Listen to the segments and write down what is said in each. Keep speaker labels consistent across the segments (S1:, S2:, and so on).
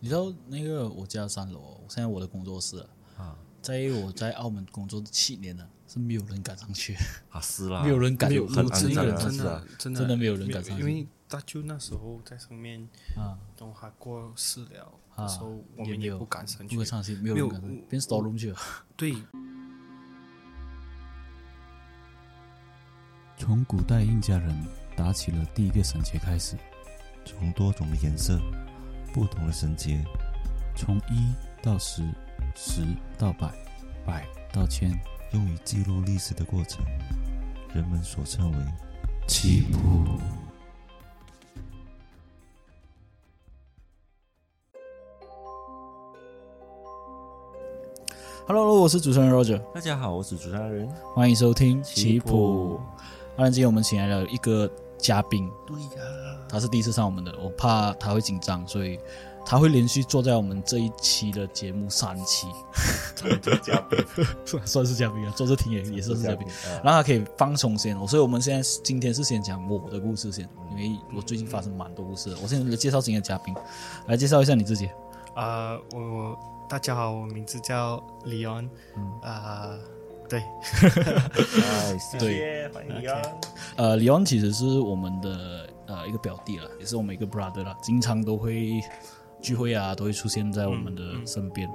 S1: 你知道那个我家三楼哦，现在我的工作室啊，
S2: 啊
S1: 在我在澳门工作七年了，是没有人敢上去，
S2: 啊是啦，
S1: 没有人敢，
S3: 没有
S2: 很
S1: 我
S2: 肮
S1: 只有一
S2: 脏
S1: 个人
S2: 啊
S1: 上
S3: 真
S1: 去
S2: 是啊
S3: 的真的
S1: 真的没有人敢
S3: 没
S1: 上去
S3: 因为大舅那时候在上面，
S1: 啊，
S3: 等他过世了，
S1: 啊
S3: 那时候我
S1: 也
S3: 们
S1: 没
S3: 也
S1: 有
S3: 不敢上
S1: 不
S3: 去
S1: 敢。上去，没有
S3: 没
S1: 人
S3: 有
S1: 敢上去
S3: 我，
S1: 变 store room 去了。
S3: 对，
S4: 从古代印加人打起了第一个绳结开始，
S5: 从多种的颜色、不同的绳结、
S4: 从一到十，十到百，百到千，
S5: 用于记录历史的过程，人们所称为
S4: 起步。
S1: Hello，我是主持人 Roger，
S2: 大家好，我是主持人。
S1: 欢迎收听
S2: 棋谱。
S1: 当然，今天我们请来了一个嘉宾，
S3: 对呀、
S1: 他是第一次上我们的，我怕他会紧张，所以他会连续坐在我们这一期的节目三期，
S2: 嘉宾，
S1: 算是嘉宾啊，坐这听也也算是嘉宾。
S2: 啊
S1: 然后他可以放松先，哦所以我们现在今天是先讲我的故事先，因
S2: 嗯
S1: 为我最近发生蛮多故事的。我现在来介绍今天的嘉宾，来介绍一下你自己。
S3: 啊，我大家好，我名字叫李昂，
S1: 嗯
S3: 啊、对，
S2: 哎，谢谢，欢迎啊！
S1: 呃，李昂其实是我们的呃一个表弟了，也是我们一个 brother 了，经常都会聚会啊，都会出现在我们的身边。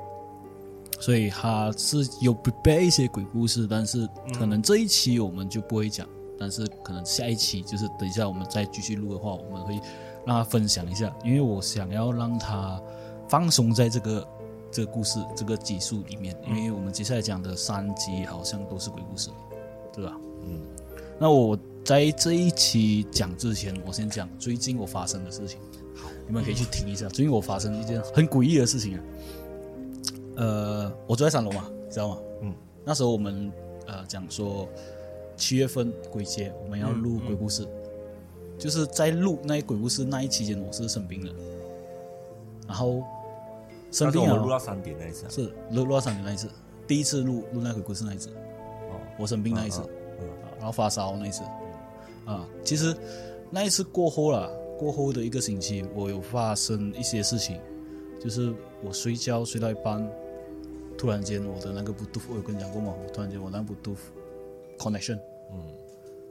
S1: 所以他是有 prepare 一些鬼故事，但是可能这一期我们就不会讲，但是可能下一期就是等一下我们再继续录的话，我们会让他分享一下，因为我想要让他放松在这个这个故事这个集数里面，
S2: 嗯
S1: 因为我们接下来讲的三集好像都是鬼故事，对吧？
S2: 嗯。
S1: 那我在这一期讲之前，我先讲最近我发生的事情，你们可以去听一
S2: 嗯
S1: 下。最近我发生一件很诡异的事情啊。呃，我住在三楼嘛，知道吗？
S2: 嗯，
S1: 那时候我们呃讲说七月份鬼节我们要录鬼故事，就是在录那一鬼故事那一期间，我是生病了，然后生
S2: 但是
S1: 病
S2: 我
S1: 了
S2: 们录
S1: 哦
S2: 到三点那一次啊，
S1: 是录录到三年那一次，第一次录录那鬼故事那一次，
S2: 哦，
S1: 我生病那一次，
S2: 嗯嗯
S1: 然后发烧那一次，啊，其实那一次过后了，过后的一个星期，我有发生一些事情，就是我睡觉睡到一半，突然间我的那个不杜，我有跟你讲过吗？我突然间我那不杜 connection，
S2: 嗯，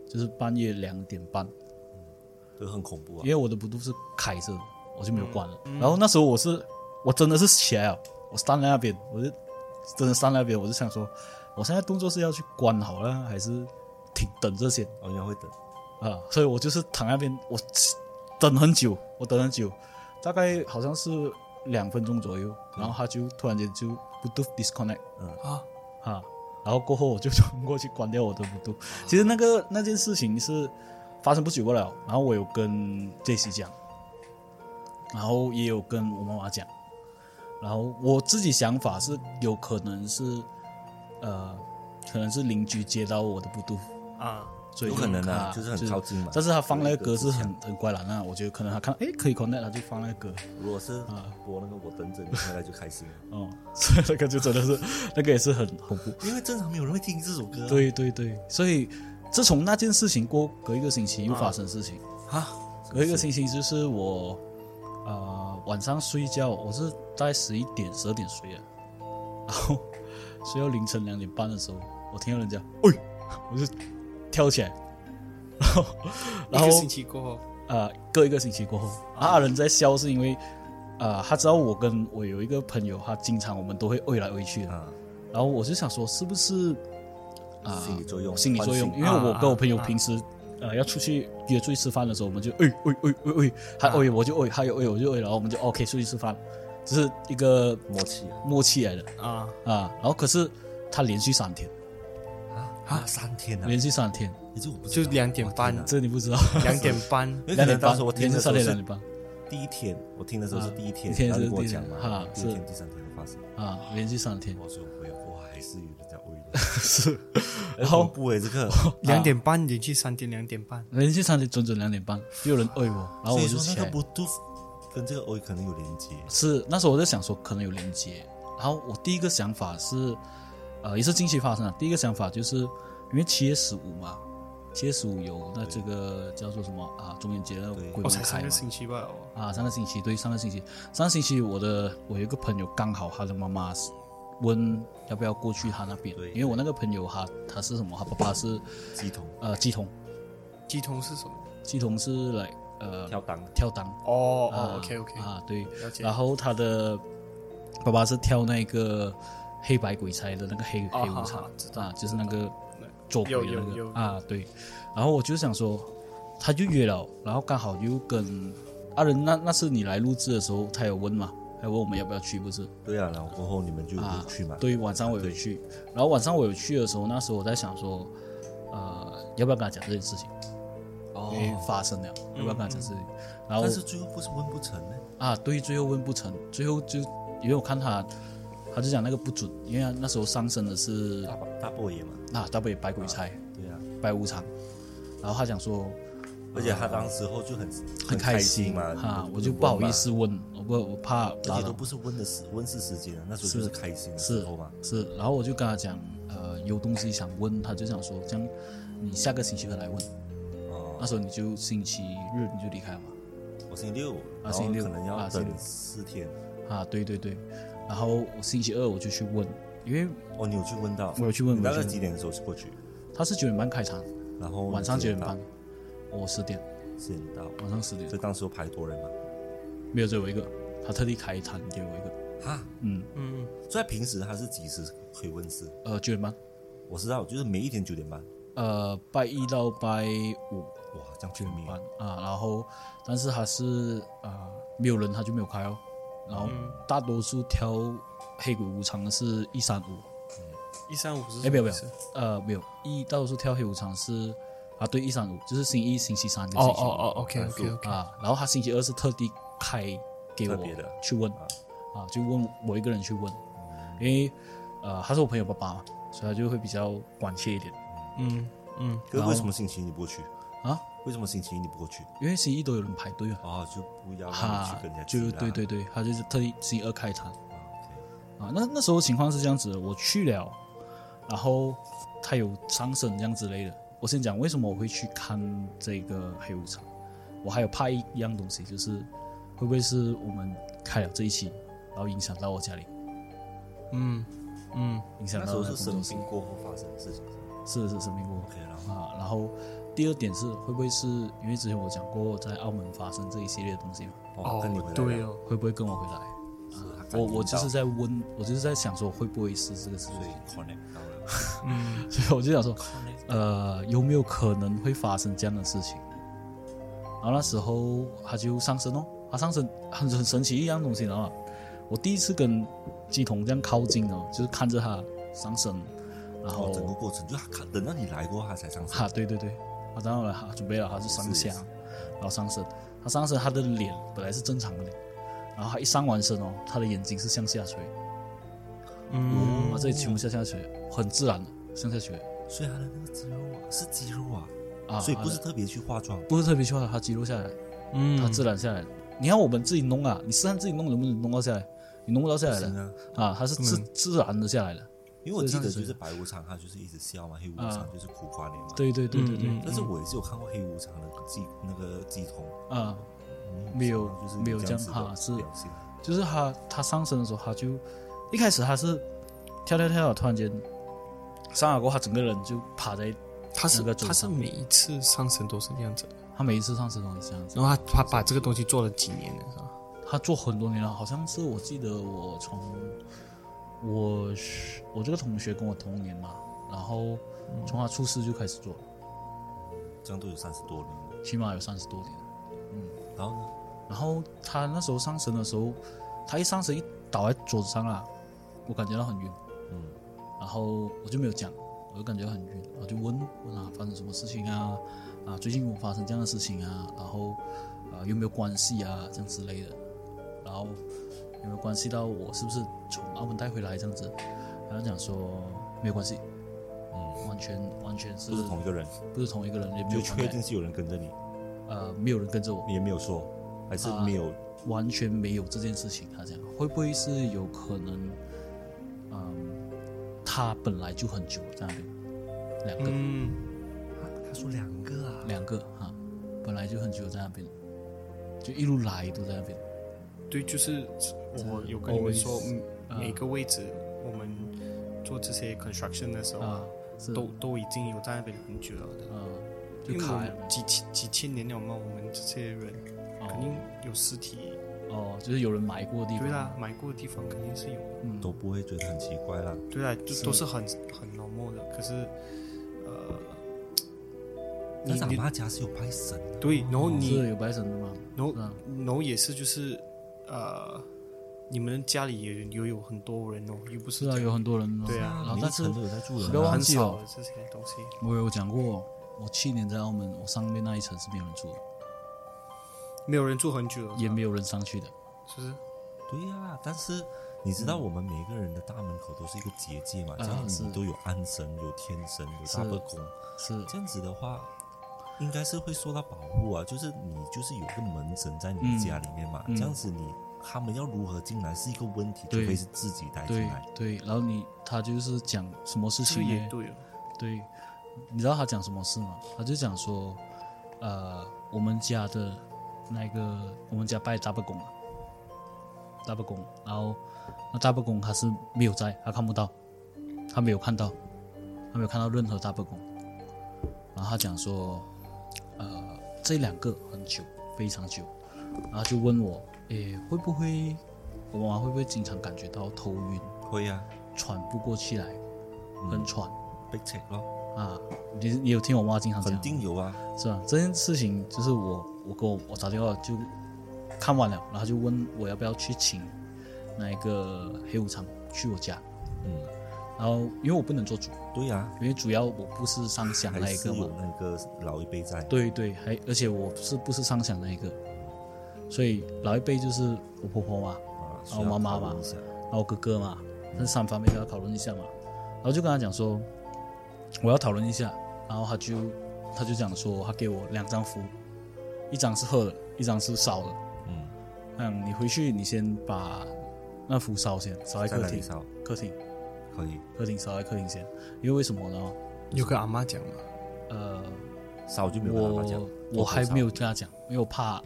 S1: 就是半夜两点半，
S2: 这个很恐怖啊
S1: 因！为我的不杜是开着的，我就没有关了。然后那时候我是，我真的是起来了，我站在那边，我就真的站在那边，我就想说，我现在动作是要去关好了，还是挺等这些？
S2: 我应哦该会等，
S1: 啊，所以我就是躺在那边，我等很久，我等很久，大概好像是两分钟左右，然后他就突然间就 Bluetooth disconnect，
S2: 嗯
S1: 啊啊，然后过后我就冲过去关掉我的 Bluetooth。其
S2: 啊
S1: 实那个那件事情是发生不久不了，然后我有跟 J C 讲，然后也有跟我妈妈讲，然后我自己想法是有可能是呃，可能是邻居接到我的 Bluetooth。
S3: 啊、
S1: 所以
S2: 有可能啊
S1: 啊，
S2: 就是很靠近嘛
S1: 但是他放那个歌
S2: 有一
S1: 是
S2: 个指向
S1: 很很怪了，那我觉得可能他看哎诶可以 connect，他就放那个歌
S2: 如果是
S1: 啊
S2: 播那个我等着你回来就开心了，
S1: 哦， 所以那个就真的是那个也是很恐怖。
S2: 因为正常没有人会听这首歌啊。
S1: 对对对，所以自从那件事情过隔一个星期又发生事情，
S2: 啊，
S1: 隔一个星期哦就是我呃晚上睡觉，我是大概十一点十二点睡的，啊然后睡到凌晨两点半的时候，我听到人家喂，我就跳起来，然后
S3: 一
S1: 然后
S3: 个星期过后，
S1: 呃，隔一个星期过后，阿仁在笑是因为，呃，他知道我跟我有一个朋友，他经常我们都会喂来喂去的，
S2: 啊，
S1: 然后我就想说是不是啊、
S2: 心理作用，
S1: 心理作用，
S2: 唤
S1: 因
S2: 醒
S1: 为我跟我朋友
S3: 啊啊
S1: 平时、呃要出去约出去吃饭的时候，我们就哎哎哎哎哎，他
S2: 啊
S1: 哎我就哎，他有哎我就哎，然后我们就 OK 出去吃饭，只是一个
S2: 默契啊
S1: 默契来的
S3: 啊、
S1: 啊、然后可是他连续三天，
S2: 啊啊，三天啊，
S1: 连续三天，
S2: 也就我不
S3: 就
S2: 知道
S3: 两点半
S2: 我天啊啊
S1: 这你不知道，
S3: 两点 半，
S2: 因为可
S1: 两
S2: 能
S1: 点
S2: 当
S1: 半
S2: 时我，听
S1: 连续
S2: 的时
S1: 三
S2: 候
S1: 天
S2: 是
S1: 两点半
S2: 第一天，我听的时候是第一天
S1: 啊，第一天
S2: 然后
S1: 是
S2: 你跟我
S1: 第一
S2: 讲
S1: 天
S2: 嘛
S1: 啊，
S2: 第一
S1: 是
S2: 天、第三天就发生。
S1: 啊，连续三天
S2: 我说没有，我还是有人家喂 的，
S1: 是。
S2: 然后不哎，这个，
S3: 两点半连续三点两点半，
S1: 连续三点准准两点半，就有人喂我， 然后
S2: 所
S1: 我
S2: 以
S1: 就
S2: 说
S1: 起
S2: 那
S1: 来
S2: 个。不都跟这个喂可能有连接，
S1: 是那时候我在想说可能有连接，然后我第一个想法是，呃，也是近期发生的。第一个想法就是因为七月十五嘛，七月十五有那这个叫做什么啊？中元节的
S2: 对
S1: 鬼门
S3: 我才
S1: 开
S3: 三
S1: 嘛
S3: 个。星期吧，哦，
S1: 啊，上个星期对，上个星期，上个星期我的我有一个朋友刚好他的妈妈是问要不要过去他那边，
S2: 对
S1: 因为我那个朋友他他是什么？他爸爸是
S2: 鸡桶
S1: 呃鸡童，
S3: 鸡童是什么？
S1: 鸡童是来呃
S2: 跳档，
S1: 跳档
S3: 哦
S1: 啊
S3: 哦，OK OK，
S1: 啊对，
S3: 了解
S1: 然。后他的爸爸是跳那个黑白鬼差的那个黑、
S3: 哦
S1: 黑
S3: 好
S1: 舞
S3: 好知
S1: 场
S3: 道
S1: 啊，就是那个做鬼的
S3: 有有
S1: 那个
S3: 有
S1: 啊，对。然后我就想说，他就约了，然后刚好又跟阿仁那那次你来录制的时候，他有问嘛，还问我们要不要去，不是？
S2: 对啊，然后过后你们就
S1: 啊
S2: 去嘛，啊
S1: 对，晚上我有去，然后晚上我有去的时候，那时候我在想说，呃，要不要跟他讲这件事情？
S2: 哦
S1: 因为发生了，要不要跟他讲这件事
S2: 嗯
S1: 情？然后
S2: 但是最后不是问不成呢？
S1: 啊，对，最后问不成，最后就因为我看他，他就讲那个不准，因为他那时候上身的是
S2: 大伯大伯爷嘛，
S1: 啊，大北白鬼差、
S2: 对啊，
S1: 白无常，然后他讲说
S2: 而且他当时候就很
S1: 很
S2: 开
S1: 心
S2: 嘛，
S1: 啊，
S2: 你
S1: 我
S2: 能
S1: 就
S2: 问
S1: 不好
S2: 嘛
S1: 意，思问，我不我怕
S2: 而
S1: 打
S2: 且都
S1: 扰
S2: 不是问的时问事时间啊，那时候就是开心的时
S1: 是
S2: 候嘛，
S1: 是，然后我就跟他讲，呃，有东西想问，他就想说，这样你下个星期二来问，那
S2: 哦，
S1: 时候你就星期日你就离开了嘛，
S2: 我星期六，然后
S1: 星期六
S2: 可能
S1: 啊
S2: 要
S1: 星期
S2: 等
S1: 六
S2: 四天，
S1: 啊，对对对，然后我星期二我就去问，因为
S2: 哦，你有去问到？
S1: 我有去问
S2: 你大
S1: 我有
S2: 概
S1: 去问
S2: 几点的时候是过去？
S1: 他是九点半开场，
S2: 然后
S1: 晚上九点
S2: 到
S1: 半，，我十点，
S2: 四点到，
S1: 晚上十点
S2: 就。当时候排多人嘛，
S1: 没有，只有我一个，他特地开摊给我一个，
S2: 哈，
S1: 嗯，
S3: 嗯，
S2: 所以平时他是几时可以问事？
S1: 呃，九点半，
S2: 我知道，就是每一天九点半，
S1: 呃，拜一到拜五
S2: 哇，这样全面
S1: 晚
S3: 嗯
S1: 啊，然后，但是他是啊、呃没有人他就没有开哦，然后
S3: 嗯
S1: 大多数挑黑鬼无常的是一三五，
S3: 一三五是
S1: 哎，没有没有
S3: 什么意思，
S1: 呃，没有一大多数挑黑无常是啊，对一三五就是星期一、星期三跟
S3: 哦
S1: 星期五
S3: 哦哦，OK OK OK，
S1: 啊，然后他星期二是特地开给我
S2: 特别的
S1: 去问
S2: 啊
S1: 啊，就问我一个人去问，
S2: 嗯
S1: 因为呃他是我朋友爸爸嘛，所以他就会比较关切一点
S3: 嗯嗯，
S2: 可是为什么星期一你不去？
S1: 啊，
S2: 为什么星期一你不过去？
S1: 因为星期一都有人排队啊，
S2: 哦，就不要让你
S1: 哈
S2: 去跟人家，挤
S1: 就
S2: 啦
S1: 对对对，他就是特地星期二开摊
S2: 啊，OK
S1: 啊，那那时候情况是这样子的，我去了，然后他有伤神这样之类的。我先讲为什么我会去看这个黑无常，我还有怕一样东西，就是会不会是我们开了这一期，然后影响到我家里，
S3: 嗯嗯，
S1: 影响
S2: 那
S1: 到
S2: 时候
S1: 我
S2: 是
S1: 的工作
S2: 生
S1: 室
S2: 病，过后发生的事情
S1: 是是生病过
S2: ，OK，然后
S1: 啊。然后第二点是会不会是因为之前我讲过在澳门发生这一系列的东西嘛，
S2: 哦，跟你回来
S3: 对
S2: 了，
S3: 哦，
S1: 会不会跟我回来？
S2: 是他感
S1: 我
S2: 应
S1: 我就
S2: 到
S1: 是在问，我就是在想说会不会是这个事
S2: 所以
S1: 情，
S2: connect 到了，
S3: 嗯，
S1: 所 以我就想说，呃，有没有可能会发生这样的事情？然后那时候他就上身哦，他上身很很神奇一样东西，然后我第一次跟鸡童这样靠近哦，就是看着他上身，然
S2: 然后
S1: 后
S2: 哦整个过程就他看等到你来过后他才上身
S1: 啊，对对对，他当然了，他准备了，他就上
S2: 是
S1: 香，然后上身，他上身，他的脸本来是正常的脸，然后他一上完身哦，他的眼睛是向下垂，
S3: 嗯
S1: 啊，这里全部向下垂，很自然的向下垂
S2: 所以他的那个肌肉啊是肌肉啊，
S1: 啊，
S2: 所以
S1: 他
S2: 不
S1: 的
S2: 是特别去化妆，
S1: 不是特别喜欢他肌肉下来，
S3: 嗯，
S1: 他自然下来的。你看我们自己弄啊，你试探自己弄能不能弄到下来，你弄不到下来
S2: 是
S1: 的
S2: 啊，
S1: 啊，他是自自然的下来的。
S2: 因为我记得
S1: 是
S2: 就是白无常他就是一直笑嘛，黑无
S1: 啊
S2: 常就是苦瓜脸嘛，。
S1: 对对对对
S3: 嗯
S1: 对，
S2: 但是我也是有看过黑无常的鸡那个鸡童，
S1: 啊，
S2: 嗯
S1: 没有
S2: 就是
S1: 没有
S2: 这
S1: 这样
S2: 样子
S1: 哈
S2: 的
S1: 是
S2: 表现，
S1: 就是他他上身的时候，他就一开始他是跳跳跳，突然间上来过后，他整个人就趴在
S3: 他是
S1: 那个组
S3: 他是
S1: 上
S3: 每一次上身都是这样子的，
S1: 他每一次上身都是这样子，
S3: 然后他他把这个东西做了几年了，是吧？
S1: 他做很多年了，好像是我记得我从我学我这个同学跟我同年嘛，然后从他出世就开始做了，
S2: 这样都有三十多年了。
S1: 起码有三十多年。
S2: 然后呢，
S1: 然后他那时候上身的时候，他一上身一倒在桌子上啦，我感觉到很晕，
S2: 嗯，
S1: 然后我就没有讲，我就感觉到很晕，我就问问他发生什么事情啊，啊，最近我发生这样的事情啊，然后啊有没有关系啊，这样之类的，然后有没有关系到我是不是从澳门带回来这样子，然后讲说没有关系，嗯，完全完全是
S2: 不是同一个人，
S1: 不是同一个人，也没
S2: 就
S1: 有
S2: 确定
S1: 关系
S2: 是有人跟着你，
S1: 呃没有人跟着我，
S2: 你也没有说，还是
S1: 啊
S2: 没有
S1: 完全没有这件事情。他讲会不会是有可能，嗯，他本来就很久在那边，两个、
S3: 嗯，
S2: 他
S3: 他说两个啊，
S1: 两个啊，本来就很久在那边，就一路来都在那边。
S3: 对，就是我有跟你们说，嗯
S1: 啊
S3: 每个位置我们做这些 construction 的时候
S1: 啊
S3: 啊，，
S1: 是
S3: 都都已经有在那边很久了的，
S1: 啊，就
S3: 因为我
S1: 卡
S3: 们几千几千年了嘛，我们这些人肯定
S1: 哦
S3: 有尸体，
S1: 哦，就是有人埋过的地方。
S3: 对啦，买过的地方肯定是有的，
S1: 嗯，
S2: 都不会觉得很奇怪啦。
S3: 对啦，就是都是很很 normal 的，可是呃，
S2: 但是阿
S3: 你
S2: 妈家是有拜神的，啊
S3: 对，然后你
S1: 哦是有白神的吗？
S3: 然后
S1: 是啊，
S3: 然后也是就是，呃，你们家里也有有很多人哦，又不
S1: 是
S3: 是
S1: 啊，有很多人嘛
S3: 对啊
S1: 然后
S2: 每一
S1: 但是
S2: 层都有在住人
S1: 不要
S2: 啊。
S1: 忘
S3: 很
S1: 记
S3: 少
S1: 哦
S3: 的，这些东西。
S1: 我有讲过，我去年在澳门，我上面那一层是没有人住的，
S3: 没有人住很久了，
S1: 也没有人上去的。
S3: 是不是？
S2: 对呀、但是你知道我们每个人的大门口都是一个结界嘛，
S1: 嗯
S2: 这样子
S1: 是
S2: 你都有安神、有天神、有
S1: 是
S2: 大伯公，
S1: 是
S2: 这样子的话，应该是会受到保护啊。就是你就是有个门神在你家里面嘛，
S1: 嗯嗯
S2: 这样子你他们要如何进来是一个问题，除
S1: 对
S2: 非是自己带进
S1: 对
S2: 来。
S1: 对，然后你他就是讲什么事
S3: 这个
S1: 情
S3: 也
S1: 呢？
S3: 对哦，
S1: 对，你知道他讲什么事吗？他就讲说，呃，我们家的那个，我们家拜大伯公啊，大伯公，然后那大伯公他是没有在，他看不到，他没有看到，他没有看到任何大伯公。然后他讲说，呃，这两个很久，非常久，然后就问我，诶，会不会我妈妈会不会经常感觉到头晕，
S2: 会呀、
S1: 喘不过气来，
S2: 嗯
S1: 很喘？
S2: 被 check 咯，
S1: 啊，你你有听我妈经常讲，
S2: 肯定有啊。
S1: 是吧？这件事情就是我我跟我我打电话就看完了，然后就问我要不要去请那一个黑无常去我家，
S2: 嗯，
S1: 然后因为我不能做主，
S2: 对呀、
S1: 因为主要我不是上香
S2: 还
S1: 那一
S2: 是
S1: 个
S2: 有
S1: 嘛，
S2: 那个老一辈在。
S1: 对对，还而且我是不是上香那一个，所以老一辈就是我婆婆嘛，
S2: 啊，
S1: 然哦后妈妈嘛，然后我哥哥嘛，这三方面都要讨论一下嘛。然后就跟他讲说，我要讨论一下，然后他就他就讲说，他给我两张符，一张是喝的，一张是烧的。
S2: 嗯，
S1: 嗯，你回去你先把那符烧先，烧在
S2: 在
S1: 客
S2: 哪里
S1: 厅，
S2: 烧？
S1: 客厅，
S2: 可以
S1: 客厅烧在客厅先，因为为什么呢？
S3: 有跟阿妈讲嘛，
S1: 呃，
S2: 烧就没有办法讲
S1: 我。我还没有跟他讲，因为我怕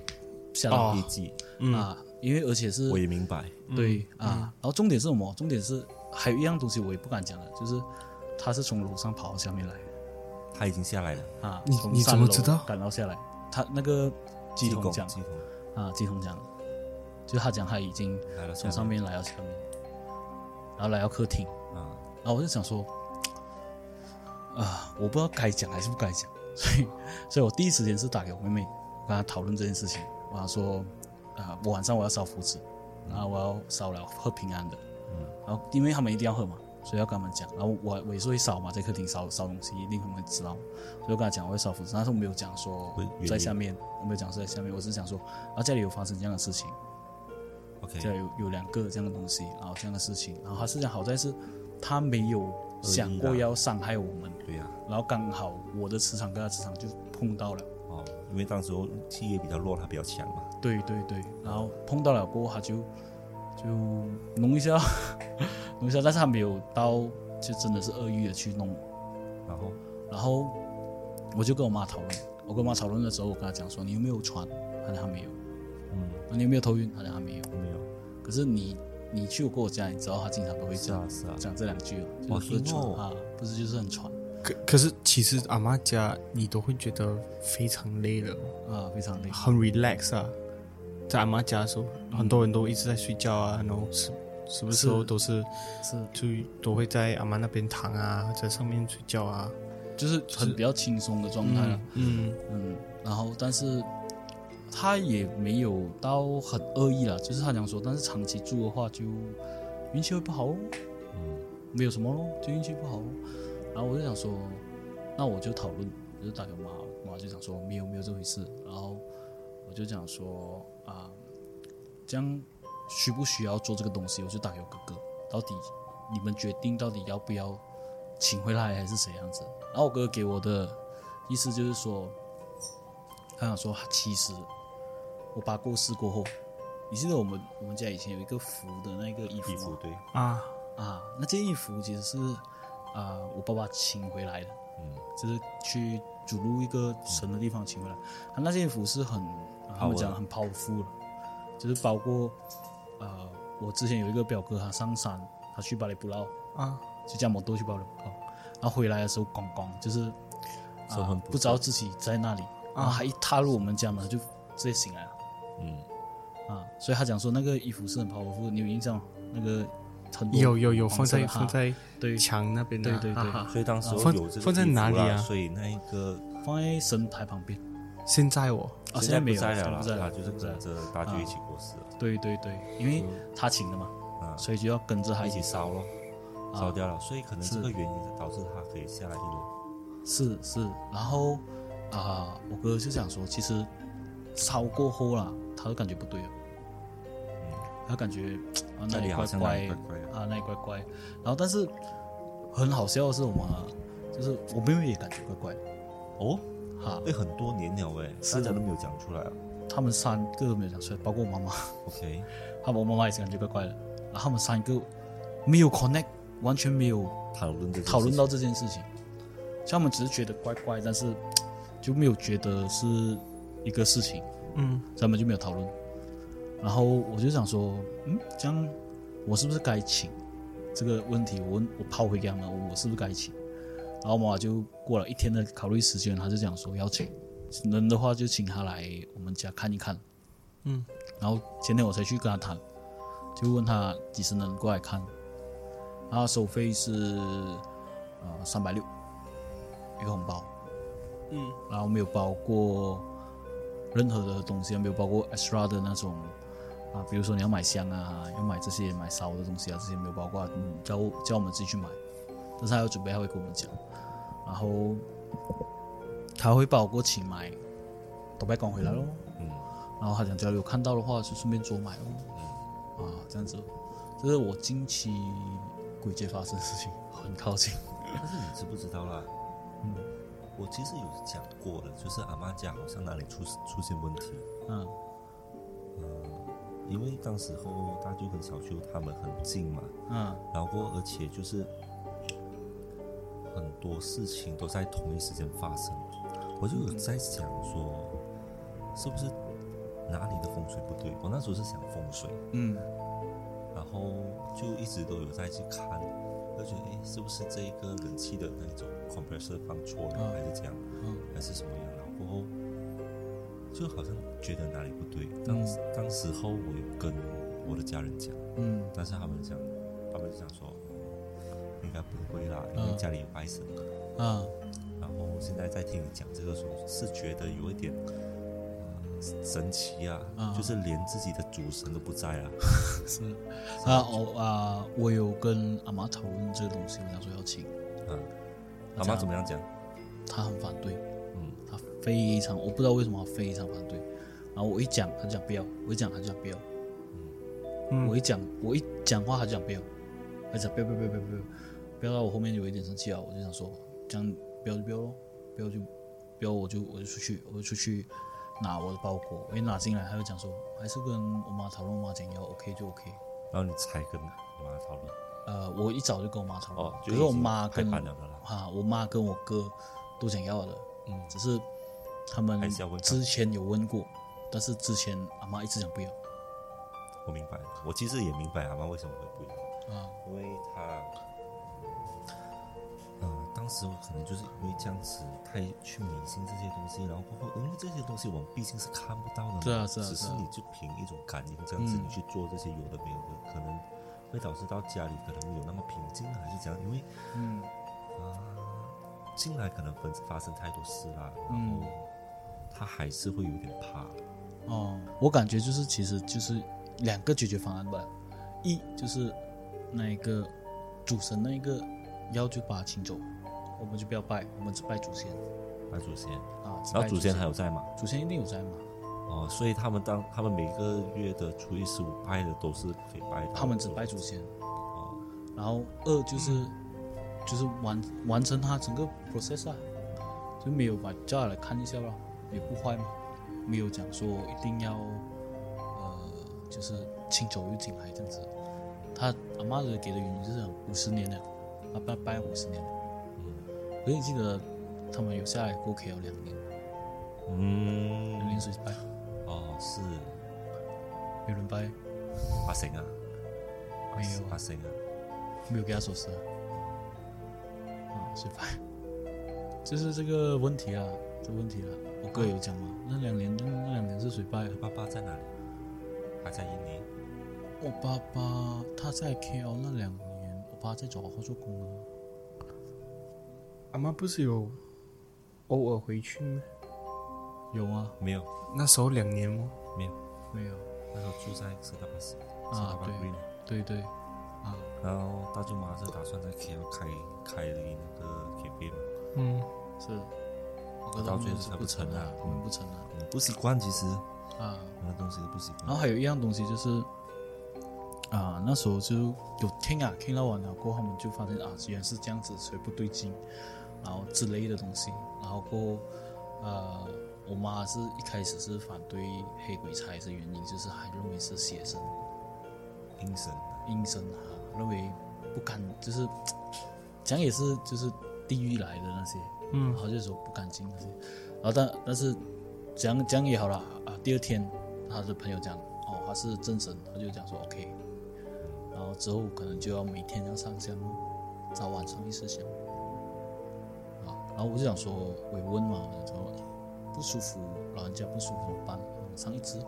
S1: 吓到
S2: 业
S1: 你、
S2: 绩，
S3: 嗯，
S1: 啊，因为而且是
S2: 我也明白。
S1: 对啊，然后重点是什么？重点是还有一样东西我也不敢讲的，就是他是从楼上跑到下面来
S2: 他已经下来了，
S1: 的啊，
S3: 你
S1: 从
S3: 你
S1: 三
S3: 怎么
S1: 楼
S3: 知道
S1: 赶到下来，他那个鸡
S2: 鸡
S1: 同
S2: 公
S1: 讲
S2: 鸡公
S1: 啊，鸡同讲，就他讲他已经
S2: 来了，
S1: 从上
S2: 面
S1: 面来到下面，然后来到客厅，
S2: 啊，
S1: 然后我就想说，啊，我不知道该讲还是不该讲，所以，所以我第一时间是打给我妹妹，跟她讨论这件事情。我跟她说，啊，我晚上我要烧符纸，然后我要烧了喝平安的，然后因为他们一定要喝嘛，所以要跟他们讲。然后我我也是会烧嘛，在客厅烧烧东西，一定他们会知道。我就跟他讲我会烧符纸，但是我没有讲说
S2: 会远离
S1: 在下面，我没有讲是在下面，我只是讲说，啊，家里有发生这样的事情，
S2: OK，
S1: 这有有两个这样的东西，然后这样的事情，然后他是讲好在是，他没有想过要伤害我们，
S2: 对呀，
S1: 然后刚好我的磁场跟他磁场就碰到了，
S2: 哦，因为当时候气也比较弱，他比较强嘛，
S1: 对对对，然后碰到了过后他就就弄一下， 弄一下，但是他没有到就真的是恶意的去弄我，
S2: 然后
S1: 然后我就跟我妈讨论，我跟我妈讨论的时候，我跟她讲说你有没有喘，她讲她没有，
S2: 嗯，
S1: 你有没有头晕，她讲她没有，
S2: 没有，
S1: 可是你你去过我家，你知道她经常都会这
S2: 是
S1: 样。
S2: 啊是啊，
S1: 讲这两句
S2: 哦
S1: 哦，就是
S2: 听
S1: 传
S2: 哦
S1: 啊，不是就是很传
S3: 可可是其实阿妈家你都会觉得非常累了，
S1: 啊，非常累。
S3: 很 relax 啊，在阿妈家的时候，很多人都一直在睡觉啊，然后是什么时候
S1: 是
S3: 都是
S1: 是，
S3: 就都会在阿妈那边躺啊，在上面睡觉啊，
S1: 就是很比较轻松的状态了，啊
S3: 嗯，
S1: 嗯，然后但是他也没有到很恶意了，就是他讲说，但是长期住的话就运气会不好哦，
S2: 嗯，
S1: 没有什么咯，就运气不好咯。然后我就想说，那我就讨论，我就打给我妈，我妈就讲说没有没有这回事。然后我就讲说啊、这样需不需要做这个东西？我就打给我哥哥，到底你们决定到底要不要请回来还是怎样子？然后我哥哥给我的意思就是说，他想说其实我爸过世过后，你记得我们我们家以前有一个符的那个衣服
S2: 衣
S1: 吗？
S2: 服对，
S3: 啊，
S1: 啊，那件衣服其实是啊、我爸爸请回来的，
S2: 嗯，
S1: 就是去主入一个神的地方请回来。他那件衣服是很，呃他们
S2: Power
S1: 讲很 powerful 的，就是包括呃，我之前有一个表哥，他上山，他去巴厘布劳，
S3: 啊，
S1: 就驾摩托去巴厘布劳，然后回来的时候咣咣就是
S2: 手
S1: 啊、
S2: 很不啊
S1: 不知道自己在那里，然后他一踏入我们家门，他就直接醒来了。
S2: 嗯，
S1: 啊，所以他讲说那个衣服是很 powerful，你有印象吗？那个很多
S3: 有有有，
S1: 黄
S3: 放
S1: 色
S3: 在
S1: 的
S3: 放
S1: 哈
S3: 在
S1: 对
S3: 墙那边的，啊
S1: 对对对
S3: 哈哈
S2: 所以当时候
S3: 放
S2: 有这个
S3: 放在
S2: 衣服
S3: 哪里
S2: 啦
S3: 啊
S2: 所以那一个
S1: 放在神台旁边
S3: 现在我
S1: 啊，
S2: 现
S1: 在没
S2: 不
S1: 有
S2: 在了
S1: 现在
S2: 啦，
S1: 不在
S2: 他
S1: 了，
S2: 就是
S1: 不在
S2: 跟
S1: 了。
S2: 着大舅一起过世了，
S1: 对对对，因为他请的嘛，
S2: 啊，
S1: 所以就要跟着他
S2: 一
S1: 一
S2: 起
S1: 起
S2: 烧咯，
S1: 啊
S2: 烧掉了，所以可能
S1: 是
S2: 这个原因导致他可以下来一楼。
S1: 是是，然后啊、我哥就想说，其实烧过后啦，他就感觉不对了，他感觉啊那
S2: 嗯那里
S1: 里
S2: 好
S1: 怪
S2: 像哪里
S1: 怪
S2: 怪怪的
S1: 啊那里怪怪，然后但是很好笑的是我们啊，就是我妹妹也感觉怪怪的
S2: 哦，
S1: 哈，
S2: 哎，很多年了哎，
S1: 是
S2: 大家都没有讲出来啊。
S1: 他们三个都没有讲出来，包括我妈妈。
S2: OK，
S1: 他们我妈妈也是感觉怪怪的，然后他们三个没有 connect，完全没有
S2: 讨论这件
S1: 讨论
S2: 事
S1: 到这件事情，像他们只是觉得怪怪，但是就没有觉得是一个事情，
S3: 嗯
S1: 所以他们就没有讨论。然后我就想说，嗯，这样我是不是该请这个问题？我问我抛回给他们，我我是不是该请？然后我妈妈就过了一天的考虑时间，她就讲说要请，能的话就请她来我们家看一看。
S3: 嗯，
S1: 然后前天我才去跟他谈，就问他几时能过来看，然后收费是呃三百六，一个红包，
S3: 嗯，
S1: 然后没有包括任何的东西，没有包括 extra 的那种啊，比如说你要买香啊，要买这些买烧的东西啊，这些没有包括，嗯，叫我叫我们自己去买，但是他要准备，他会跟我们讲，然后他会把我过去买，都拜赶回来咯。然后他讲交流看到的话就顺便做买哦，啊，这样子，这是我近期鬼街发生的事情，很靠近。
S2: 但是你知不知道啦？我其实有讲过的，就是阿妈家好像哪里出出现问题，
S1: 嗯
S2: 因为当时候大舅跟小舅他们很近嘛，
S1: 嗯，
S2: 然后过而且就是很多事情都在同一时间发生，我就有在想说，是不是哪里的风水不对？我那时候是想风水，
S1: 嗯
S2: 然后就一直都有在去看，就觉得诶，是不是这一个冷气的那种 compressor 放错了，
S1: 嗯
S2: 还是这样，
S1: 嗯
S2: 还是什么样？然后过后就好像觉得哪里不对。当、当时候我有跟我的家人讲，
S1: 嗯
S2: 但是他们讲，他们就想说哦应该不会啦，因为
S1: 嗯
S2: 家里有外甥。
S1: 啊
S2: 然后现在在听你讲这个时候，是觉得有一点。呃神奇啊，
S1: 嗯
S2: 就是连自己的主神都不在啊，
S1: 是啊我啊我有跟阿妈讨论这个东西，我想说要请，
S2: 嗯，阿妈怎么样讲？
S1: 她很反对，
S2: 嗯，
S1: 她非常我不知道为什么她非常反对，然后我一讲她就讲不要，我一讲她就讲不要，
S3: 嗯，
S1: 我一讲我一讲话，他就讲不要，他讲不要不要不要不要不要，不要到我后面有一点生气啊，我就想说，这样不要就不要咯，不要就不要我就我就出去，我就出去拿我的包裹，我一拿进来，他就讲说，还是跟我妈讨论，我妈讲要 OK 就 OK。
S2: 然后你才跟妈讨论。
S1: 呃，我一早就跟我妈讨论，
S2: 哦就
S1: 可是我
S2: 已经
S1: 妈
S2: 排
S1: 跟
S2: 版了的啦
S1: 啊，我妈跟我哥都想要的，嗯，只是他们
S2: 还是要问他
S1: 之前有问过，但是之前阿妈一直讲不要
S2: 我明白，我其实也明白阿妈为什么会不一样，
S1: 啊，
S2: 因为她，嗯，当时我可能就是因为这样子太去迷信这些东西，然后过后，因为这些东西我们毕竟是看不到的嘛，
S1: 是啊是啊
S2: 只
S1: 是
S2: 是
S1: 啊
S2: 你就凭一种感应这样子，
S1: 嗯
S2: 你去做这些有的没有的，可能会导致到家里可能没有那么平静啊，还是怎样，因为
S1: 嗯
S2: 近来可能分发生太多事啦，然后
S1: 嗯
S2: 她还是会有点怕，
S1: 哦，我感觉就是其实就是两个解决方案吧，一就是那一个主神那一个妖就把他请走，我们就不要拜，我们只拜祖先
S2: 拜祖先，
S1: 啊。只
S2: 然后
S1: 拜
S2: 祖
S1: 先
S2: 先还有在吗？
S1: 祖先一定有在嘛？
S2: 哦，所以他们当他们每个月的初一十五拜的都是可以拜的，
S1: 他们只拜祖先。
S2: 哦，
S1: 然后二就是、就是完完成他整个 process 啊，就没有把叫他来看一下咯，也不坏嘛，没有讲说一定要呃就是请走又请来这样子。他阿妈的给的原因就是五十年了，阿爸拜五十年了。可是你记得他们有下来过 KL 两年，
S2: 嗯
S1: 有，零水拜，
S2: 哦，是
S1: 有人拜，
S2: 阿成啊，
S1: 没
S2: 是
S1: 有
S2: 阿成啊，
S1: 没有给他锁匙啊，啊，水拜， 就是这个问题啊，这个问题啊，我哥有讲嘛，那两年那那两年是水拜啊
S2: 你，爸爸在哪里？还在印尼？
S1: 我爸爸他在 KL 那两年，我爸在找我做工啊，
S3: 阿妈不是有偶尔回去吗？
S1: 有啊，
S2: 没有，
S3: 那时候两年哦吗？
S2: 没有，
S1: 没有
S2: 那时候住在斯卡巴斯，斯
S1: 啊
S2: 卡巴
S1: 对
S2: Green，
S1: 对对，啊，
S2: 然后大舅妈是打算在 KL 开开那个 K B 嘛，
S3: 嗯，
S1: 是，我哥
S2: 到
S1: 他
S2: 最
S1: 们
S2: 后
S1: 是
S2: 他
S1: 不
S2: 不
S1: 成
S2: 成
S1: 啊
S2: 啊，
S1: 他们不成啊，
S2: 嗯不习惯其实
S1: 啊，
S2: 那个东西都不习惯。
S1: 然后还有一样东西就是，啊，那时候就有听啊，听到完了过后，他们就发现啊，原来是这样子，所以不对劲，然后之类的东西。然后过后，呃，我妈是一开始是反对黑鬼差的原因，就是还认为是邪神
S2: 精神，
S1: 阴神啊，认为不敢，就是讲也是就是地狱来的那些，嗯，好像说不干净那些。然后但但是讲讲也好了啊，第二天他的朋友讲，哦，他是正神，他就讲说 OK，然后之后可能就要每天要上香，早晚上一次香。啊，然后我就想说，我也问嘛，我想说不舒服，老人家不舒服怎么办？上一支，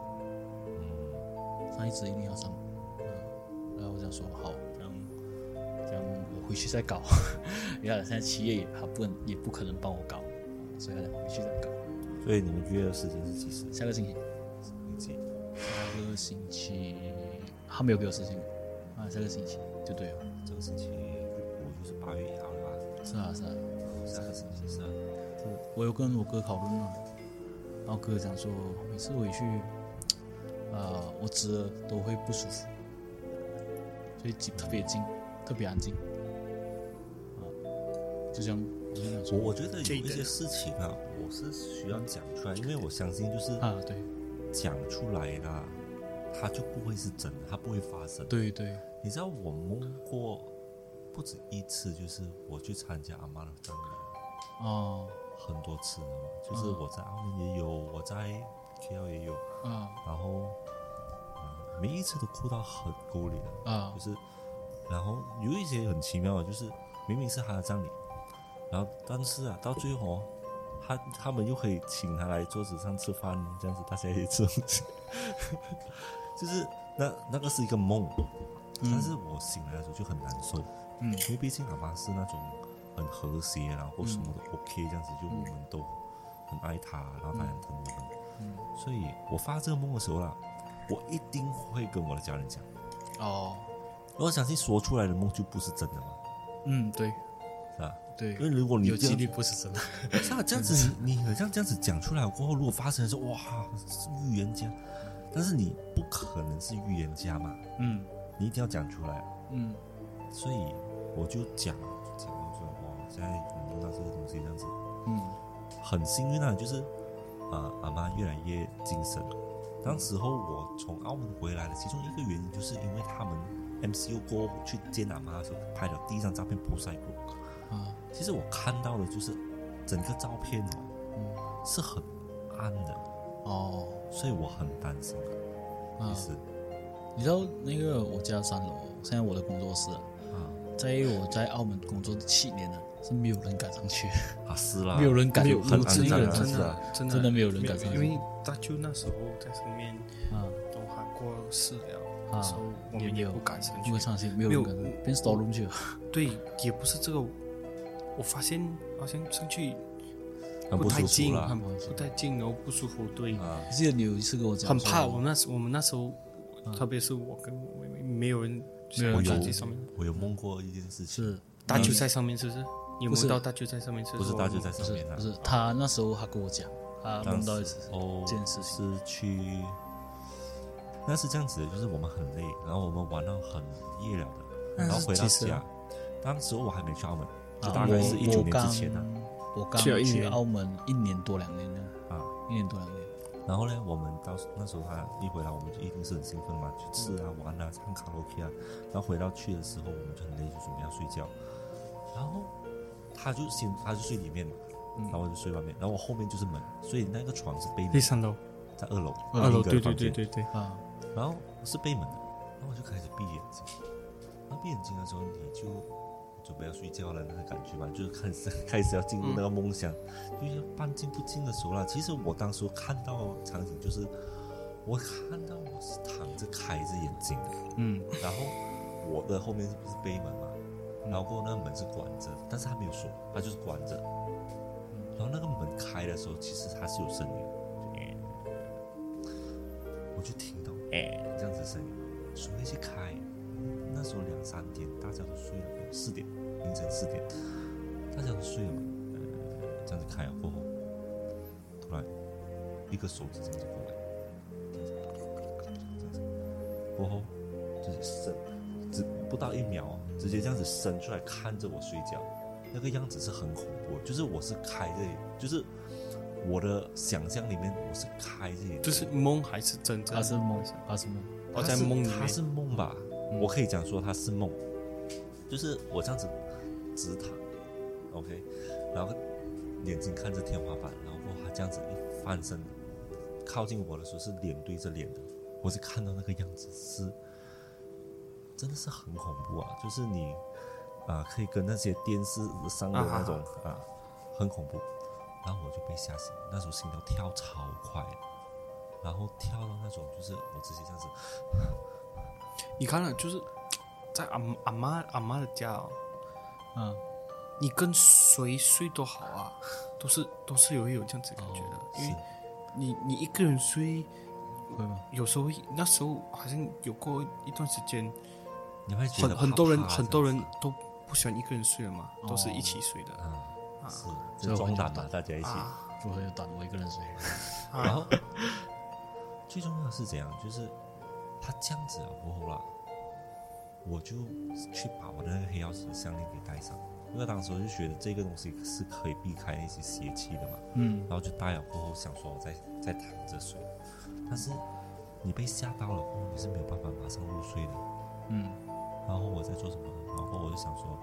S2: 嗯
S1: 上一支一定要上。嗯然后我想说好，这样这样我回去再搞。 因为他现在企业也他不能也不可能帮我搞，所以他回去再搞。
S2: 所以你们约的时间是几时？
S1: 下个星期，
S2: 你记得
S1: 下个星期他没有给我事情啊，下个星期就对了。
S2: 这个星期五就是八月一号了吧？
S1: 是啊是啊，
S2: 下个星期是啊
S1: 我我有跟我哥讨论了，然后哥讲说每次回去，呃，我侄儿都会不舒服，所以静特别静，特别安静，啊，就像我就想
S2: 我
S1: 说
S2: 我觉得有一些事情啊，我是需要讲出来，因为我相信就是
S1: 啊，对
S2: 讲出来啦，它就不会是真的，它不会发生。
S1: 对对，
S2: 你知道我梦过不止一次，就是我去参加阿妈的葬礼，
S1: 哦
S2: 很多次了嘛。就是我在澳门也有，我在 KL 也有，
S1: 啊
S2: 然后、呃、每一次都哭到很沟里的。
S1: 啊
S2: 就是，然后有一些很奇妙的，就是明明是他的葬礼，然后但是啊，到最后、哦、他他们又可以请他来桌子上吃饭，这样子大家一起吃东西， 就是那那个是一个梦，但是我醒来的时候就很难受，
S1: 嗯
S2: 因为毕竟阿妈是那种很和谐，然后什么都 OK 这样子，就我们都很爱他，然后他也很疼我们，所以我发这个梦的时候啦，我一定会跟我的家人讲。
S1: 哦，
S2: 我相信说出来的梦就不是真的嘛，
S1: 嗯对
S2: 是吧？
S1: 对
S2: 因，为如果你
S1: 有
S2: 这
S1: 几率嗯
S2: 样，
S1: 不是真的。
S2: 是啊，这样子你你很像这样子讲出来过后，如果发生的时候，哇，是预言家，但是你不可能是预言家嘛，
S1: 嗯
S2: 你一定要讲出来，
S1: 嗯
S2: 所以我就讲讲到说，哇，现在我梦到这个东西这样子，
S1: 嗯
S2: 很幸运啊，就是啊、阿妈越来越精神。当时候我从澳门回来的其中一个原因，就是因为他们 MCU 过后去见阿妈的时候拍了第一张照片 p o s i d
S1: 啊
S2: 其实我看到的就是整个照片哦，
S1: 嗯
S2: 是很暗的，
S1: 哦
S2: 所以我很担心。
S1: 啊
S2: 其！实
S1: 你知道那个我家三楼，现在我的工作室啊，
S2: 啊
S1: 在我在澳门工作七年了，是没有人敢上去，
S2: 啊是啦，
S1: 没有人敢
S3: 没有
S2: 很肮
S1: 真
S3: 真
S1: 的没有
S2: 脏啊
S1: 人
S3: 的
S1: 敢
S3: 真
S2: 是
S1: 上
S2: 啊
S3: 的真的
S1: 真的没有人敢上
S3: 因
S1: 去
S3: 为大舅那时候在上面
S1: 啊
S3: 都喊过世了，
S1: 啊
S3: 所以！我
S1: 也
S3: 们
S1: 没
S3: 也
S1: 有
S3: 不敢上
S1: 不
S3: 去
S1: 会。上去，没有人敢上去，变 store room 去了。
S3: 对，也不是这个，我发现好像上去
S2: 很
S3: 太
S2: 舒
S3: 近
S2: 服，
S3: 很
S2: 啦。
S3: 不太近，然后不舒服，对，
S2: 啊，
S1: 记得你有一次跟我讲
S3: 很
S1: 说，
S3: 怕。我们那时我们那时候，特别是我跟我没有人
S1: 没有
S3: 我
S1: 人
S3: 在
S1: 敢
S3: 这上面，
S2: 我有梦过一件事情，
S1: 是
S3: 大舅在上面是不是？你有
S1: 不
S3: 梦
S1: 是
S3: 到大舅在上面是
S2: 不是
S3: 我
S2: 大舅在
S1: 不
S2: 上
S1: 是
S2: 面啊
S1: 不，嗯是他那时候他跟我讲，他
S2: 当
S1: 梦到一
S2: 时
S1: 次
S2: 哦
S1: 这件事情，
S2: 是去。那是这样子的，就是我们很累，然后我们玩到很夜了的，然后回到
S1: 那是几时
S2: 家
S1: 啊，
S2: 当时我还没去澳门，就
S1: 啊
S2: 大概是一九
S1: 我
S2: 年之前啊呢、
S1: 我刚
S3: 去了一
S1: 去
S3: 年
S1: 澳门一年多两年了，
S2: 啊
S1: 一年多两年。
S2: 然后呢，我们到时那时候他一回来，我们就一定是很兴奋嘛，去吃啊、玩啊、唱卡拉 OK 啊。然后回到去的时候，我们就很累，就准备要睡觉。然后他就先他就睡里面嘛，
S3: 嗯
S2: 然后我就睡外面，然后我后面就是门，所以那个床是背门
S3: 第，三楼，
S2: 在二楼，
S3: 二
S2: 另一
S3: 楼，
S2: 个
S3: 对对
S2: 房
S3: 对
S2: 间
S3: 对对，
S1: 啊，
S2: 然后我是背门的，然后我就开始闭眼睛。那闭眼睛的时候，你就准备要睡觉了，那个感觉嘛，就是开始开始要进入那个梦乡，就是半进不进的时候了。其实我当时看到场景就是，我看到我是躺着开着眼睛的，
S1: 嗯
S2: 然后我的后面是不是背门嘛？然后过后那个门是关着，但是他没有锁，他就是关着。然后那个门开的时候，其实它是有声音的，我就听到哎这样子的声音，谁会去开？那时候两三点，大家都睡了，四点凌晨四点，大家都睡了嘛，呃这样子开了过后，突然一个手指这样子过来，这样子过后直接伸，只不到一秒哦，直接这样子伸出来看着我睡觉，那个样子是很恐怖的，就是我是开着眼，就是我的想象里面我是开着眼睛，
S3: 就是梦还是真正？
S1: 他啊是梦，他是梦，
S3: 我
S2: 它
S3: 在
S2: 是
S3: 梦里
S2: 它
S3: 面，嗯
S2: 是梦吧？我可以讲说它是梦，就是我这样子直躺，OK，然后眼睛看着天花板，然后过后它这样子一翻身靠近我的时候是脸对着脸的，我是看到那个样子是真的是很恐怖啊！就是你啊、可以跟那些电视上的那种啊很恐怖。然后我就被吓醒，那时候心跳跳超快，然后跳到那种就是我直接这样子
S3: 你看了，就是在阿嬷阿妈阿妈的家哦，
S1: 啊，
S3: 你跟谁睡都好啊，都是都是有有这样子感觉的，
S2: 哦
S3: 因为你你一个人睡，
S1: 会吗？
S3: 有时候那时候好像有过一段时间，
S2: 你会觉
S3: 很
S2: 得
S3: 很多人很多人
S2: 啊、
S3: 都不喜欢一个人睡了嘛，都是一起睡的
S2: 嗯、是
S1: 所以
S2: 就
S1: 我
S2: 装
S1: 很
S2: 胆
S1: 胆
S2: 嘛，大家一起。
S3: 啊。
S1: 不会短我一个人睡，
S2: 然后最重要的是怎样？就是他这样子啊，过后啦，我就去把我的那个黑曜石项链给戴上，因为当时我就觉得这个东西是可以避开那些邪气的嘛。
S1: 嗯
S2: 然后就戴了过后，想说我再再躺着睡，但是你被吓到了过后，你是没有办法马上入睡的。
S1: 嗯
S2: 然后我在做什么？然后我就想说，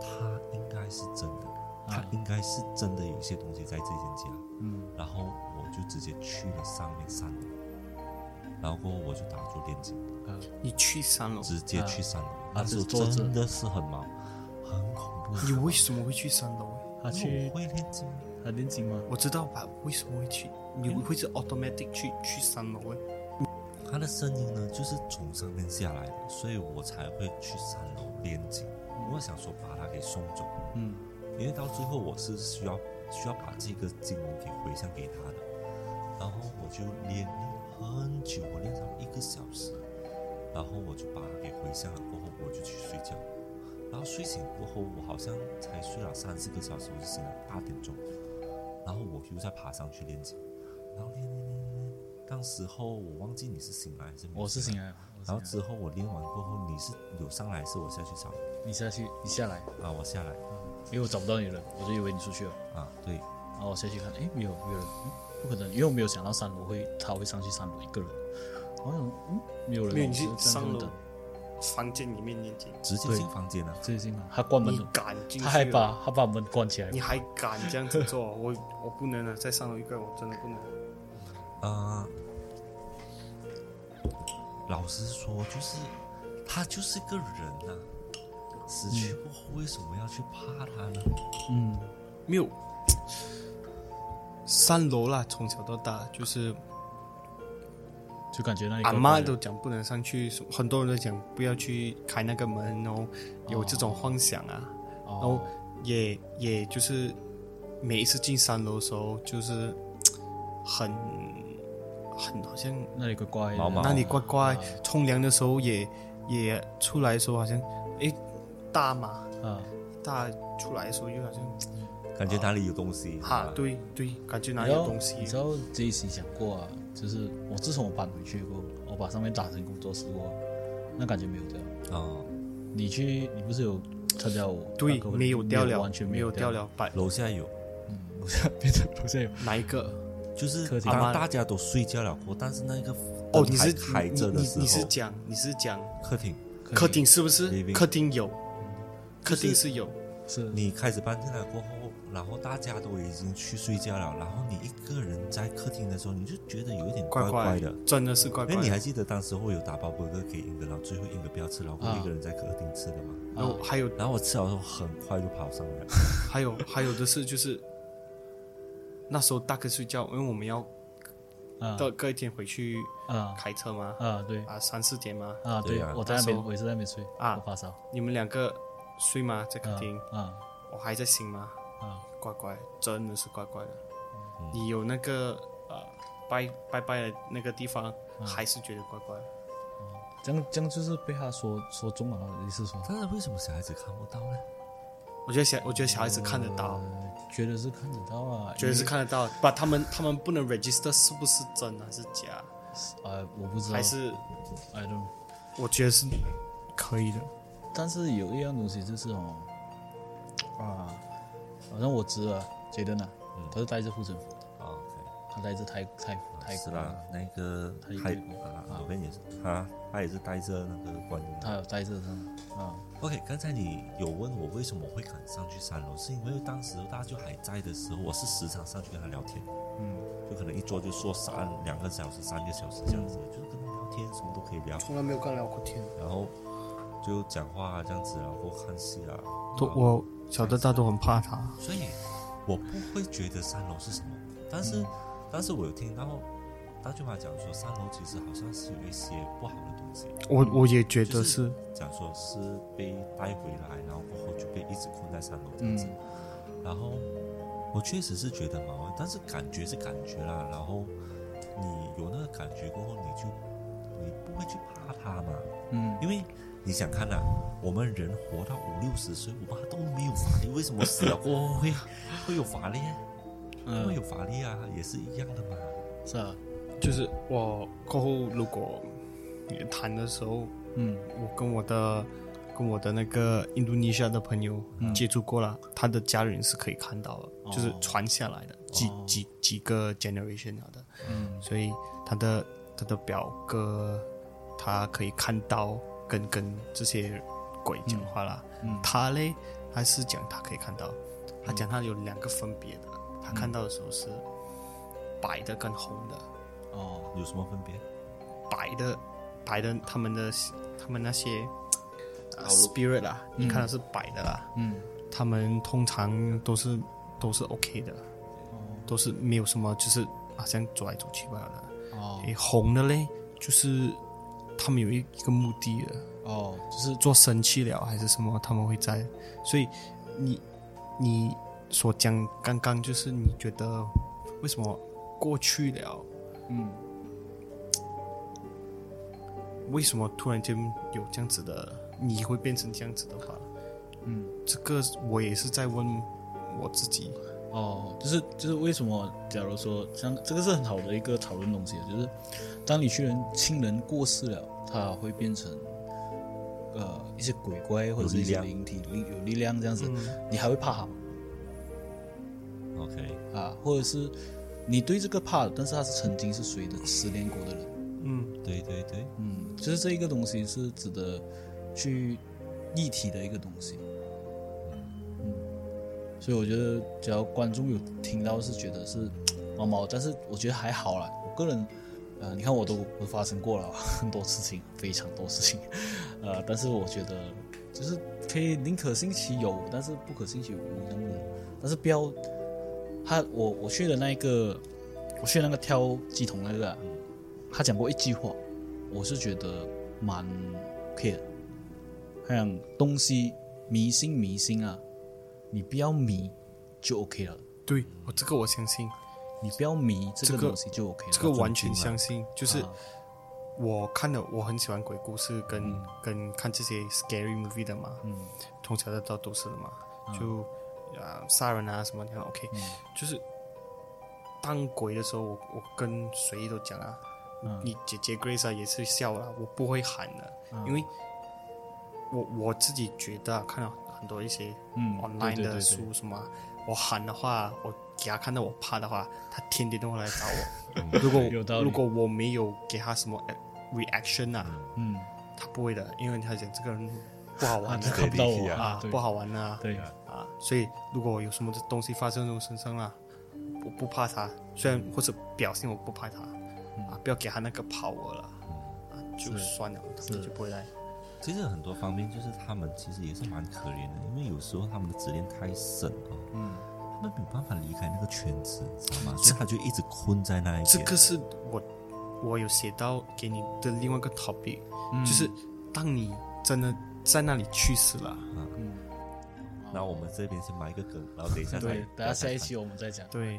S2: 他应该是真的，他应该是真的有一些东西在这间家。
S1: 嗯
S2: 然后我就直接去了上面三楼，然后过后我就打住电竞，
S1: 啊，
S3: 你去三楼，
S2: 直接去三楼。那时候
S1: 坐着
S2: 真的是很忙，很恐怖。
S3: 你为什么会去三楼？
S1: 他
S2: 因为
S1: 去
S2: 我会练筋，
S1: 他练筋吗？
S3: 我知道吧，为什么会去？你会是 automatic 去去三楼诶？
S2: 他的声音呢就是从上面下来的，所以我才会去三楼练筋。我想说把他给送走，
S1: 嗯
S2: 因为到最后我是需要需要把这个经文给回向给他的，然后我就练很久，我练了一个小时，然后我就把它给回向了，过后我就去睡觉，然后睡醒过后，我好像才睡了三四个小时，我就醒了八点钟，然后我又再爬上去练琴，然后练练练练练，当时候我忘记你是醒来还是没有
S1: 我是醒来了，我
S2: 然后
S1: 是醒
S2: 之后我练完过后，你是有上来还是我下去找你
S1: 来了你下去，你下来，
S2: 啊？我下来
S1: 因为我找不到你了，我就以为你出去了，
S2: 啊，对，
S1: 然后我下去看，诶，没有没有人，嗯不可能，因为我没有想到三楼会他会上去三楼一个人，然后我想嗯没有人，
S3: 没有，
S1: 我
S3: 你去
S1: 就站在
S3: 三
S1: 那边
S3: 楼
S1: 等，
S3: 房间里面念经，
S2: 直接
S1: 对
S2: 进房间了。
S1: 这已经嘛他关门
S3: 你
S1: 了，
S3: 敢进去？啊
S1: 他还把他把门关起来了
S3: 你，还敢这样子做？啊我我不能了，在上楼一个人我真的不能。
S2: 呃，老实说，就是他就是个人呐、死去过后为什么要去怕他呢？
S1: 嗯
S3: 没有，三楼啦，从小到大就是
S1: 就感觉那里
S3: 阿
S1: 怪
S3: 妈
S1: 怪的
S3: 都讲不能上去，很多人都讲不要去开那个门，然后有这种幻想啊，然后
S1: 哦
S3: 也也就是每一次进三楼的时候，就是很很好像
S1: 那里怪怪的，
S2: 毛毛
S3: 那里怪怪
S1: 啊，
S3: 冲凉的时候也也出来的时候好像诶大嘛
S1: 啊
S3: 大出来的时候又好像
S2: 感觉哪里有东西
S3: 哈
S2: 是吧
S3: 对对，感觉哪里
S1: 你知
S3: 有
S1: 道
S3: 东西
S1: 你知道这一期讲过啊，就是我自从我搬回去过后，我把上面打成工作室过后，那感觉没有掉。
S2: 哦，
S1: 你去，你不是有参加我？
S3: 对，没有掉了，
S1: 完全
S3: 没有
S1: 有
S3: 掉
S1: 了。
S3: 了，摆
S2: 楼下有，
S1: 嗯，楼下变成楼下有。
S3: 哪一个？
S2: 就是
S1: 客厅
S2: 当
S3: 阿啊妈
S2: 大家都睡觉了，我但是那个
S3: 哦，
S2: 灯
S3: 你
S2: 还
S3: 是
S2: 开着
S3: 你
S2: 的
S3: 你
S2: 时候，
S3: 你是讲你是讲
S2: 客厅
S1: 可以
S3: 客厅是不是？
S2: Living
S3: 客厅有，客
S2: 就是
S3: 厅是有，
S1: 是
S2: 你开始搬进来过后，然后大家都已经去睡觉了，然后你一个人在客厅的时候，你就觉得有一点
S3: 怪
S2: 怪的。
S3: 真的是怪怪
S2: 哎，
S3: 的。
S2: 你还记得当时会有打包波哥给英格兰，最后英格不要吃，然后我一个人在客厅吃的嘛。
S3: 然后还有
S2: 然后我吃了之后，很快就跑上 来了。
S3: 还有还有的是就是，那时候大哥睡觉，因为我们要
S1: 啊
S3: 到隔一天回去
S1: 啊
S3: 开车嘛，
S1: 啊，对
S3: 啊三四点嘛，
S1: 啊，
S2: 对
S1: 对
S2: 啊，
S1: 我在那边，
S3: 那时候
S1: 我也是在那边睡
S3: 啊
S1: 我发烧
S3: 你们两个睡吗？在客厅，
S1: 啊
S3: 我还在醒吗？
S1: 啊嗯
S3: 怪怪，真的是怪怪的。你有那个呃拜拜拜的那个地方，
S1: 啊
S3: 还是觉得怪怪的。
S1: 这样这样就是被他说说中了，你是说
S2: 但是为什么小孩子看不到呢？
S3: 我觉得小我觉得小孩子看得到，
S1: 嗯觉得是看得到啊，
S3: 觉得是看得到，把他们他们不能 register 是不是真还是假，
S1: 因为呃，我不知道，
S3: 还是
S1: I don't know。
S3: 我觉得是可以的。
S1: 但是有一样东西就是哦，啊，好像我侄儿杰登啊，他是带着护身符的，
S2: 啊，OK，
S1: 他带着泰泰泰
S2: 是啦，那个
S1: 泰国
S2: 泰
S1: 的
S2: 啊，
S1: 啊
S2: 我跟你说，他他也是带着那个观音的。
S1: 他有带着他啊
S2: OK，刚才你有问我为什么会敢上去三楼，是因为当时大舅还在的时候，我是时常上去跟他聊天，嗯，就可能一坐就坐三两个小时、三个小时这样子，就是跟他聊天，什么都可以聊，
S3: 从来没有跟聊过天。
S2: 然后就讲话啊这样子，然后看戏啊。
S3: 都
S2: 然后
S3: 我小的大都很怕他，
S2: 所以我不会觉得三楼是什么，但是、但是我有听到大舅妈讲说，三楼其实好像是有一些不好的东西，
S3: 我我也觉
S2: 就
S3: 得
S2: 是
S3: 是
S2: 讲说是被带回来，然后过后就被一直困在三楼这样子。
S1: 嗯
S2: 然后我确实是觉得麻烦，但是感觉是感觉啦。然后你有那个感觉过后，你就你不会去怕它嘛，
S1: 嗯
S2: 因为你想看呐、我们人活到五六十岁，我们都没有法力，为什么死了过后会会有法力？啊会有
S1: 嗯
S2: 法力啊，也是一样的嘛。
S1: 是啊
S3: 就是我过后如果谈的时候，
S1: 嗯
S3: 我跟我的跟我的那个印度尼西亚的朋友
S1: 嗯
S3: 接触过了，他的家人是可以看到的，
S1: 哦
S3: 就是传下来的几、几几个 generation 了的，
S1: 嗯
S3: 所以他的他的表哥他可以看到跟跟这些鬼讲话啦，
S1: 嗯
S3: 他嘞他是讲他可以看到，他讲他有两个分别的，
S1: 嗯
S3: 他看到的时候是白的跟红的。
S1: 哦
S2: 有什么分别？
S3: 白的白的他们的他们那些、呃 spirit 啦，你看的是白的啦，
S1: 嗯
S3: 他们通常都是都是 OK 的，都是没有什么就是好像走来走去罢了。
S1: 哦
S3: 诶，红的嘞，就是他们有一个目的的，
S1: 哦
S3: 就是做生气了还是什么，他们会在，所以你你所讲刚刚就是你觉得为什么过去了？
S1: 嗯
S3: 为什么突然间有这样子的，你会变成这样子的话，
S1: 嗯
S3: 这个我也是在问我自己。
S1: 哦，就是就是为什么？假如说像这个是很好的一个讨论东西，啊就是当你去人亲人过世了，他会变成呃一些鬼怪或者是一些
S2: 有力量嗯
S1: 灵体力有力量这样子，你还会怕他吗
S2: OK，
S1: 啊？或者是你对这个怕，但是他是曾经是谁的失恋过的人？
S3: 嗯，
S2: 对对对，
S1: 嗯，就是这一个东西是值得去立体的一个东西。嗯，所以我觉得只要观众有听到是觉得是毛毛，但是我觉得还好啦。我个人，呃，你看我都我发生过了 很多事情，非常多事情，呃，但是我觉得就是可以宁可信其有，但是不可信其无这样子。但是不要他我我去的那一个，我去那个挑鸡桶那个啊、他讲过一句话，我是觉得蛮 care 的。他讲东西迷信迷信啊，你不要迷就 OK 了，
S3: 对我这个我相信，
S1: 你不要迷这
S3: 这
S1: 个
S3: 个
S1: 东西就 OK 了。
S3: 这个
S2: 尊
S3: 完
S2: 敬
S3: 全
S2: 啊
S3: 相信。就是
S1: 啊
S3: 我看了，我很喜欢鬼故事跟、跟看这些 scary movie 的嘛，
S1: 嗯
S3: 从小到大都是的嘛，就啊、杀人啊什么，你看
S1: 嗯
S3: OK，、就是当鬼的时候，我我跟谁都讲啊，
S1: 嗯
S3: 你姐姐 Grace 啊也是笑了，我不会喊的，因为我我自己觉得、啊、看了很多一些
S1: 嗯
S3: online
S1: 对对对
S3: 的
S1: 对
S3: 书什么啊，我喊的话，我给他看到我怕的话，他天天都会来 找我。如
S1: 嗯有道
S3: 果
S1: 理
S3: 如果我没有给他什么 reaction 啊，
S1: 嗯
S3: 他不会的，因为他讲这个人不好
S1: 啊，
S3: 玩
S1: 你
S3: 的
S1: 看不到我
S2: 对
S3: 啊，
S1: 对
S3: 不好玩啊，
S1: 对
S3: 啊啊，所以如果有什么东西发生在我身上啦，我不怕他，虽然或者表现我不怕他，
S1: 嗯
S3: 啊，不要给他那个跑我了，啊，就算了，他们就不会来。
S2: 其实很多方面就是他们其实也是蛮可怜的，因为有时候他们的执念太深啊，嗯，他们没有办法离开那个圈子，知道吗？所以他就一直困在那一
S3: 这
S2: 边。
S3: 个是我我有写到给你的另外一个 topic，、就是当你真的在那里去世了，
S2: 然后我们这边先埋一个梗，然后等一下再
S6: 对，等下下一期我们再讲。
S3: 对，